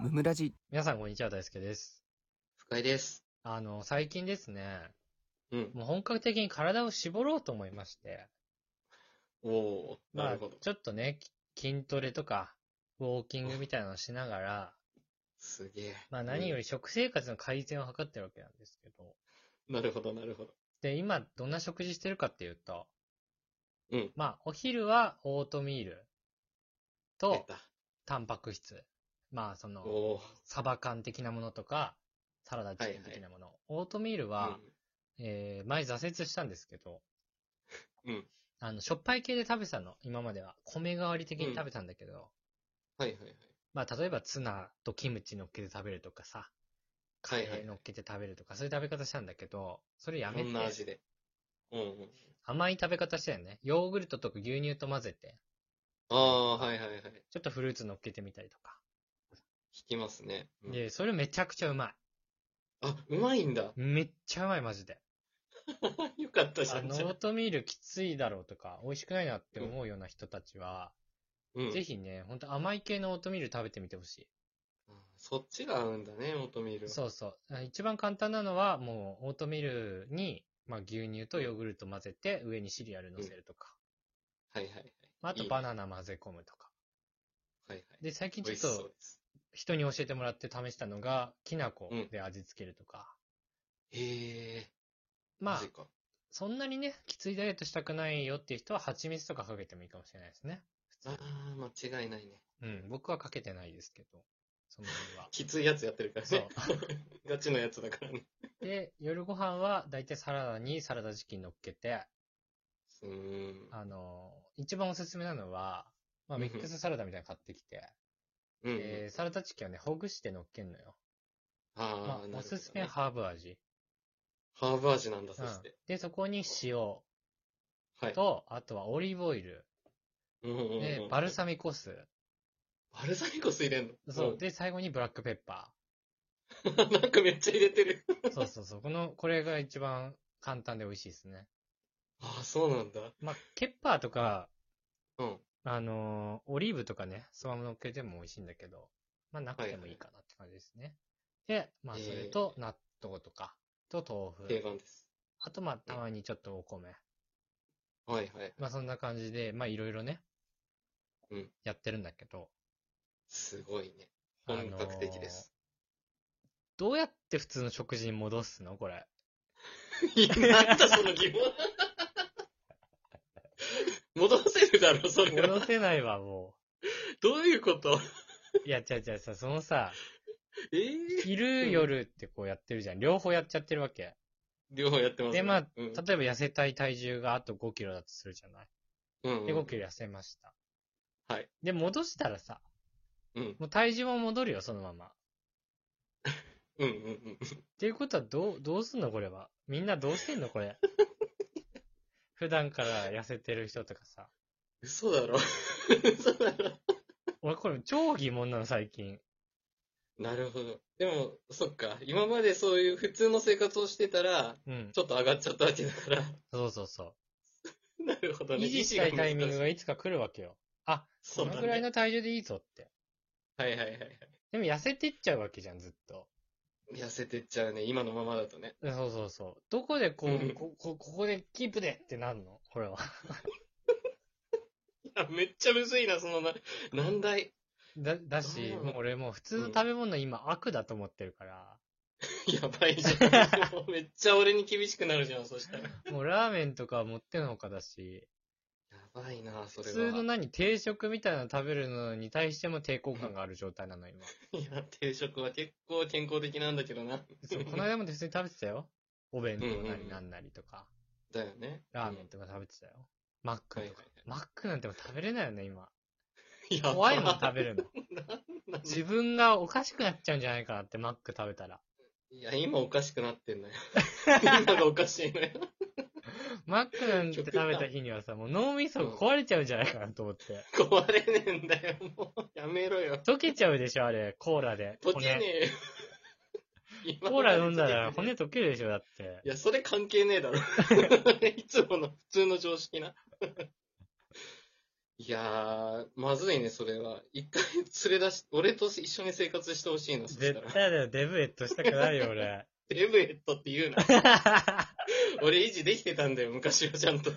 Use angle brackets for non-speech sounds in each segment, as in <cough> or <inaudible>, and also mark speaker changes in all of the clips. Speaker 1: ムムラジ。
Speaker 2: 皆さんこんにちは、大輔です。
Speaker 3: 深井です。
Speaker 2: あの、最近ですね、
Speaker 3: うん。
Speaker 2: もう本格的に体を絞ろうと思いまして、
Speaker 3: おー、な
Speaker 2: まあ
Speaker 3: るほど、。
Speaker 2: ちょっとね、き筋トレとか、ウォーキングみたいなのをしながら、
Speaker 3: すげえ。
Speaker 2: まあ何よ
Speaker 3: り。
Speaker 2: り食生活の改善を図ってるわけなんですけど、
Speaker 3: なるほど、なるほど。
Speaker 2: で、今どんな食事してるかっていうと、
Speaker 3: うん。
Speaker 2: まあお昼はオートミール
Speaker 3: 出
Speaker 2: と
Speaker 3: た。
Speaker 2: タンパク質。まあその、
Speaker 3: おー。
Speaker 2: サバ缶的なものとか、サラダチキン的なもの。オートミールは、えー前挫折したんですけど、
Speaker 3: うん
Speaker 2: あの、しょっぱい系で食べてたの、今までは。米代わり的に食べたんだけど、
Speaker 3: うん。はいはいはい。
Speaker 2: まあ、例えばツナとキムチ乗っけて食べるとかさ、カレ
Speaker 3: はいはい
Speaker 2: ー乗っけて食べるとか、そういう食べ方したんだけど、それや
Speaker 3: い
Speaker 2: め
Speaker 3: ろんな
Speaker 2: て、
Speaker 3: 味で。うんうん。
Speaker 2: 甘い食べ方したよね。ヨーグルトとか牛乳と混ぜて、
Speaker 3: ああ、はいはいはい。
Speaker 2: ちょっとフルーツ乗っけてみたりとか。
Speaker 3: 聞きますね。うん
Speaker 2: で、それめちゃくちゃうま
Speaker 3: あ、うまいんだ。 <laughs>
Speaker 2: い。めっちゃうまい、マジで。
Speaker 3: よかったじ
Speaker 2: あ
Speaker 3: ゃん。
Speaker 2: の、オ
Speaker 3: じゃ
Speaker 2: ー
Speaker 3: あ
Speaker 2: トミールきついだろうとか、美味しくないなって思うような人たちは、
Speaker 3: うん
Speaker 2: ぜひね、ほんと甘い系のオートミール食べてみてほしい。
Speaker 3: あーそっちが合うんだね、オートミールは。
Speaker 2: そうそう。あ一番簡単なのは、もう、オートミールに、まあ、牛乳とヨーグルト混ぜて、上にシリアル乗せるとか。
Speaker 3: はいはいはい。
Speaker 2: まあ、あと、
Speaker 3: いいね
Speaker 2: バナナ混ぜ込むとか。
Speaker 3: はいはい。
Speaker 2: で、最近ち
Speaker 3: 美
Speaker 2: ょっ
Speaker 3: 味しそう
Speaker 2: と、
Speaker 3: です。
Speaker 2: 人に教えてもらって試したのが、きな粉
Speaker 3: うん
Speaker 2: で味付けるとか。
Speaker 3: へえ。
Speaker 2: ま
Speaker 3: マ
Speaker 2: あ
Speaker 3: ジ、か
Speaker 2: そんなにね、きついダイエットしたくないよっていう人は、蜂蜜とかかけてもいいかもしれないですね。普
Speaker 3: あ
Speaker 2: 通
Speaker 3: あ、間違いないね。。
Speaker 2: うん、僕はかけてないですけど、その辺は
Speaker 3: <laughs> きついやつやってるからね。
Speaker 2: そ
Speaker 3: <laughs> ガチのやつだからね。
Speaker 2: で、夜ご飯は、だいたいサラダにサラダチキン乗っけて、
Speaker 3: うーん。
Speaker 2: あの、一番おすすめなのは、まあ、
Speaker 3: うんう
Speaker 2: ミ
Speaker 3: ん
Speaker 2: ックスサラダみたいなの買ってきて、
Speaker 3: うんうん。
Speaker 2: でサラダチキンをね、ほぐして乗っけんのよ。
Speaker 3: あ
Speaker 2: ま
Speaker 3: あ、
Speaker 2: あ、
Speaker 3: な
Speaker 2: お
Speaker 3: るほど
Speaker 2: すすめ
Speaker 3: ね。
Speaker 2: ハーブ味。
Speaker 3: ハーブ味なんだ、
Speaker 2: う
Speaker 3: そ
Speaker 2: ん
Speaker 3: して。
Speaker 2: で、そこに塩
Speaker 3: はい。
Speaker 2: と、あとはオリーブオイル、
Speaker 3: うんうんうん
Speaker 2: で、バルサミコ酢、
Speaker 3: バルサミコ酢入れんの
Speaker 2: そう、で、最後にブラックペッパ
Speaker 3: うん。 <laughs> なんかめっちゃ入れてる。
Speaker 2: ー。そうそうそう、この、これが一番簡単で美味しいですね。
Speaker 3: ああ、そうなんだ。
Speaker 2: まあ、ケッパーとか、
Speaker 3: うん。
Speaker 2: あのーオリーブとかね、そのまま乗っけても美味しいんだけど、まあ、なくてもいいかなって感じですね。で、まあ、それと納豆とか、と豆腐。
Speaker 3: 定番です。
Speaker 2: あと、まあ、たまにちょっとお米。
Speaker 3: はいはい。
Speaker 2: まあ、そんな感じで、まあ、いろいろね、
Speaker 3: うん
Speaker 2: やってるんだけど、
Speaker 3: すごいね。
Speaker 2: あの
Speaker 3: 本
Speaker 2: ー
Speaker 3: 格的です。
Speaker 2: どうやって普通の食事に戻すのこれ。
Speaker 3: いや、 <laughs> なんだその疑問。戻せるだろ、それ
Speaker 2: 戻
Speaker 3: は。
Speaker 2: せないわ、も
Speaker 3: どういうこと
Speaker 2: う。いや、違う違うさ、そのさ、
Speaker 3: ええう
Speaker 2: 昼、
Speaker 3: ん
Speaker 2: 夜ってこうやってるじゃん。両方やっちゃってるわけ。
Speaker 3: 両方やってますね。
Speaker 2: で、まあ、
Speaker 3: うん
Speaker 2: 例えば痩せたい体重があと5キロだとするじゃない。
Speaker 3: うん
Speaker 2: で、
Speaker 3: う
Speaker 2: 5
Speaker 3: ん。
Speaker 2: キロ痩せました。
Speaker 3: はい。
Speaker 2: で、戻したらさ、
Speaker 3: うん。
Speaker 2: もう体重も戻るよ、そのまま。っ
Speaker 3: うんうんうん。
Speaker 2: ていうことは、どう、どうすんのこれは。みんなどうしてんのこ
Speaker 3: <laughs>
Speaker 2: れ。普段から痩せてる人とかさ。
Speaker 3: 嘘だろ。 <laughs> 嘘だろ。
Speaker 2: 俺これ超疑問なの最近。
Speaker 3: なるほど。でも、そっか。今までそういう普通の生活をしてたら、
Speaker 2: うん。
Speaker 3: ちょっと上がっちゃったわけだから。 <laughs>
Speaker 2: そうそうそ
Speaker 3: なるほ
Speaker 2: う。
Speaker 3: どね。
Speaker 2: 維持したいタイミングが
Speaker 3: いい。
Speaker 2: いつか来るわけよ。あ、こ
Speaker 3: そう
Speaker 2: の
Speaker 3: だ
Speaker 2: ぐらい
Speaker 3: ね。
Speaker 2: の体重でいいぞって。
Speaker 3: はいはいはいはい。
Speaker 2: でも痩せてっちゃうわけじゃん、ずっと。
Speaker 3: 痩せてっちゃうね。今のままだとね。
Speaker 2: そうそうそう。どこでこ
Speaker 3: う
Speaker 2: う、
Speaker 3: ん
Speaker 2: こ、こ、ここでキープでってなんのこれは。
Speaker 3: いや、めっちゃむずいな、そのな、難題。
Speaker 2: だ、だし、
Speaker 3: うん
Speaker 2: もう俺もう普通の食べ物今悪だと思ってるから、
Speaker 3: <laughs> やばいじゃん。 <laughs> もうめっちゃ俺に厳しくなるじゃん、そしたら。や
Speaker 2: もうラーメンとかは持ってのほかだし、
Speaker 3: ばいな、そ
Speaker 2: 普
Speaker 3: れは。
Speaker 2: 通の何、定食みたいなの食べるのに対しても抵抗感がある状態なの、今。
Speaker 3: <laughs> いや、定食は結構健康的なんだけどな。
Speaker 2: そうこの間も普通に食べてたよ。お弁当
Speaker 3: うん
Speaker 2: な
Speaker 3: うんう
Speaker 2: り
Speaker 3: ん
Speaker 2: なんなりとか、
Speaker 3: だよね。
Speaker 2: ラーメンとか食べてたよ。マックとか。
Speaker 3: はいはいはい
Speaker 2: マックなんてもう食べれないよね、今。
Speaker 3: うん。やば
Speaker 2: 怖いもん食べるの。
Speaker 3: なん
Speaker 2: 自分がおかしくなっちゃうんじゃないかなって、マック食べたら。
Speaker 3: いや、今おかしくなってんのよ。 <laughs> 今がおかしいのよ。 <laughs>
Speaker 2: マックなんて食べた日にはさ、もう脳みそが壊れちゃうんじゃないかなと思って。
Speaker 3: 壊れねえんだよ、もう。やめろよ。
Speaker 2: 溶けちゃうでしょ、あれ、コーラで。
Speaker 3: 溶けねえよ。今
Speaker 2: <laughs> コーラ飲んだら骨溶けるでしょ、だって
Speaker 3: い。や、それ関 <laughs> 係ねえだろ。いつもの普通の常識な。いいやー、まずいね、それは。一回連れ出し、俺と一緒に生活してほしいな、そした
Speaker 2: 絶
Speaker 3: ら。
Speaker 2: 対だよ、デブエットしたくないよ、
Speaker 3: <laughs>
Speaker 2: 俺。
Speaker 3: デブエットって言うな。俺維持できてたんだよ、昔はちゃんと。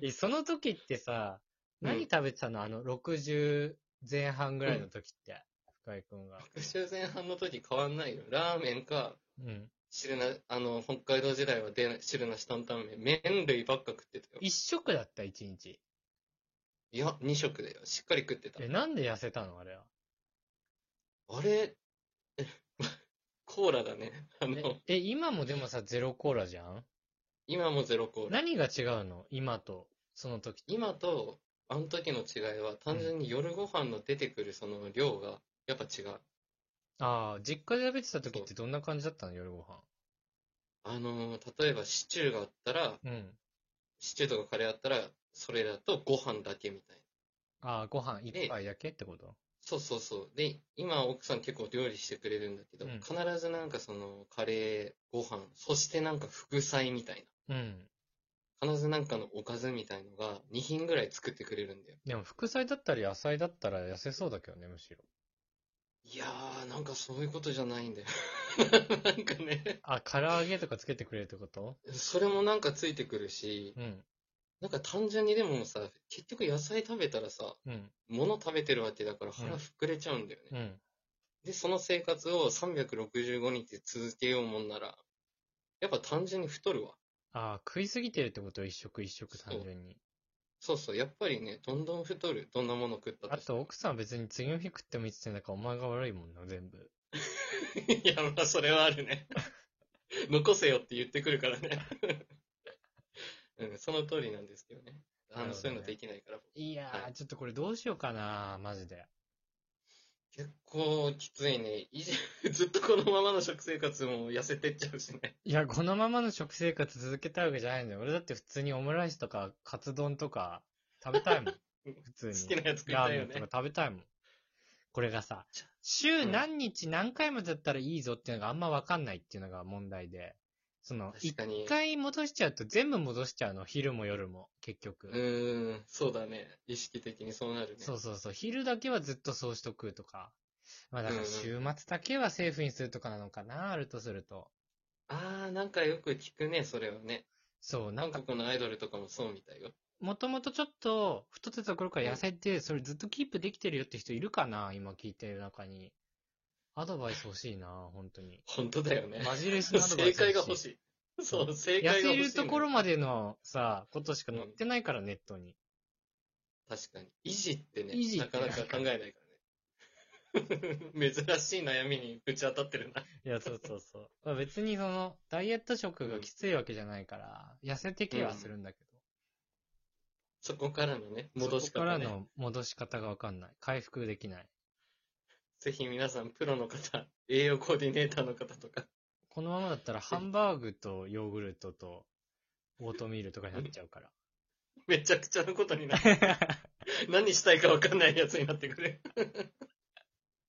Speaker 2: えその時ってさ、何食べてたの、あの、60前半ぐらいの時って、深井くんが。
Speaker 3: 60前半の時変わんないよ。ラーメンか、
Speaker 2: うん。
Speaker 3: 汁な、あの、北海道時代はで汁なし担々麺、麺類ばっか食ってたよ。
Speaker 2: 一食だった、一日。
Speaker 3: いや、2食だよ。しっかり食ってた。
Speaker 2: え、なんで痩せたのあれは。
Speaker 3: あれ、 <laughs> えコーラだね。 <laughs> あの、
Speaker 2: え、え今もでもさ、ゼロコーラじゃん
Speaker 3: 今もゼロコーラ。
Speaker 2: 何が違うの今と、その時と。
Speaker 3: 今と、あの時の違いは、単純に夜ご飯の出てくるその量が、やっぱ違う。
Speaker 2: ああ、実家で食べてた時ってどんな感じだったの夜ご飯。
Speaker 3: あの、例えばシチューがあったら、
Speaker 2: うん。
Speaker 3: シチューとかカレーあったら、それだとご飯だけみたいな。
Speaker 2: ああ、ご飯一杯だけってこと
Speaker 3: そうそうそう。で、今奥さん結構料理してくれるんだけど、
Speaker 2: うん
Speaker 3: 必ずなんかその、カレー、ご飯、そしてなんか副菜みたい
Speaker 2: うん。
Speaker 3: な。必ずなんかのおかずみたいのが、2品ぐらい作ってくれるんだよ。
Speaker 2: でも、副菜だったり野菜だったら痩せそうだけどね、むしろ。
Speaker 3: いやー、なんかそういうことじゃないんだよ。 <laughs> なんかね、
Speaker 2: あ、唐揚げとかつけてくれるってこと
Speaker 3: それもなんかついてくるし、
Speaker 2: うん。
Speaker 3: なんか単純にでもさ、結局野菜食べたらさ、
Speaker 2: うん。
Speaker 3: 物食べてるわけだから腹
Speaker 2: うん
Speaker 3: 膨れちゃうんだよね。
Speaker 2: うん。
Speaker 3: で、その生活を365日続けようもんなら、やっぱ単純に太るわ。
Speaker 2: ああ、食いすぎてるってこと一食一食単純に。
Speaker 3: そうそう、やっぱりね、どんどん太る。どんなもの食った
Speaker 2: あ
Speaker 3: として
Speaker 2: と、奥さんは別に次の日食ってもいいって言ってんだから、お前が悪いもんな、全部。
Speaker 3: <laughs> いや、まあ、それはあるね。 <laughs> 残せよって言ってくるからね。 <laughs> うん、その通りなんですけどね。あ
Speaker 2: なる
Speaker 3: の、
Speaker 2: ほどね
Speaker 3: そういうのできないから。
Speaker 2: いや
Speaker 3: は
Speaker 2: ー、ちょっとこれどうしようかな、マジで。
Speaker 3: 結構きついね。いじ <laughs> ずっとこのままの食生活も痩せてっちゃうしね。
Speaker 2: いや、このままの食生活続けたいわけじゃないんだよ。俺だって普通にオムライスとか、カツ丼とか、食べた <laughs> いもん。普通
Speaker 3: 好
Speaker 2: に。
Speaker 3: きなやつ食い
Speaker 2: ラー
Speaker 3: たい
Speaker 2: メ
Speaker 3: よ
Speaker 2: ンと
Speaker 3: ね
Speaker 2: か。食べたいもん。これがさ
Speaker 3: ちゃ、
Speaker 2: 週
Speaker 3: うん
Speaker 2: 何日何回もだったらいいぞっていうのがあんまわかんないっていうのが問題で、その、
Speaker 3: 確
Speaker 2: 一
Speaker 3: かに。
Speaker 2: 回戻しちゃうと全部戻しちゃうの、昼も夜も、結局。
Speaker 3: うーん、そうだね。意識的にそうなるね。
Speaker 2: そうそうそう、昼だけはずっとそうしとくとか。まあだか
Speaker 3: う
Speaker 2: ら
Speaker 3: んうん
Speaker 2: 週末だけはセーフにするとかなのかな、あるとすると。
Speaker 3: あー、なんかよく聞くね、それはね。
Speaker 2: そう、なん
Speaker 3: 韓
Speaker 2: か、
Speaker 3: 国のアイドルとかもそうみたいよ。
Speaker 2: もともとちょっと太ってた頃から痩せて、それずっとキープできてるよって人いるかな、今聞いてる中に。アドバイス欲しいな、本当に。
Speaker 3: 本当だよね。
Speaker 2: マジレスのアドバイ
Speaker 3: 正
Speaker 2: ス
Speaker 3: 解が欲しい。
Speaker 2: そ
Speaker 3: そうう、正
Speaker 2: 痩
Speaker 3: 解が
Speaker 2: せ
Speaker 3: 欲しい。
Speaker 2: るところまでのさ、ことしか載ってないから、ネットに。
Speaker 3: 確かに。維持ってね
Speaker 2: 維持、
Speaker 3: なかなか考えないからね。 <laughs> 珍しい悩みにぶち当たってるな。
Speaker 2: いや、そうそうそう。まあ別にその、ダイエット食がきついわけじゃないから、痩せてけはするんだけ
Speaker 3: そこからのね、
Speaker 2: ど。
Speaker 3: 戻し
Speaker 2: そこから
Speaker 3: 方ね。
Speaker 2: の戻し方がわかんない。回復できない。
Speaker 3: ぜひ皆さん、プロの方、栄養コーディネーターの方とか、
Speaker 2: このままだったら、ハンバーグとヨーグルトと、オートミールとかになっちゃう
Speaker 3: <laughs>
Speaker 2: から。
Speaker 3: めちゃくちゃなことにな <laughs> る。何したいか分かんないやつになってくる。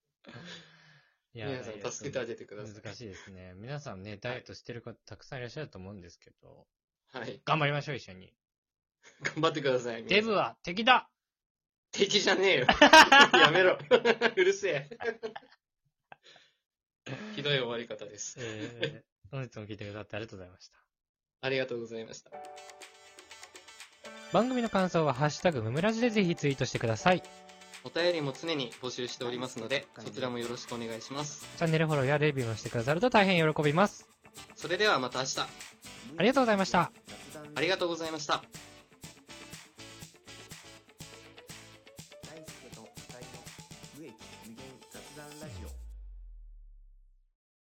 Speaker 2: いダイ
Speaker 3: 皆さ
Speaker 2: エッ
Speaker 3: ん、
Speaker 2: ト
Speaker 3: 助けてあげてください。
Speaker 2: 難しいですね。皆さんね、ダイエットしてる方たくさんいらっしゃると思うんですけど、
Speaker 3: はい。
Speaker 2: 頑張りましょう、一緒に。
Speaker 3: 頑張ってください。
Speaker 2: デブは敵だ
Speaker 3: 敵じゃ
Speaker 2: <laughs>
Speaker 3: ねえよ。やめろ。 <laughs> うるせえ。 <laughs> ひどい終わり方です。
Speaker 2: えー、本日も聞いてくださってありがとうございました。
Speaker 3: ありがとうございました。
Speaker 2: 番組の感想は、ハッシュタグムムラジでぜひツイートしてください。チ
Speaker 3: お便りも常に募集しておりますので、そちらもよろしくお願いします。
Speaker 2: ャンネルフォローやレビューもしてくださると大変喜びます。
Speaker 3: それではまた明日、
Speaker 2: ありがとうございました。
Speaker 3: ありがとうございました。
Speaker 1: 大輔と二人の無益無限雑談ラジオ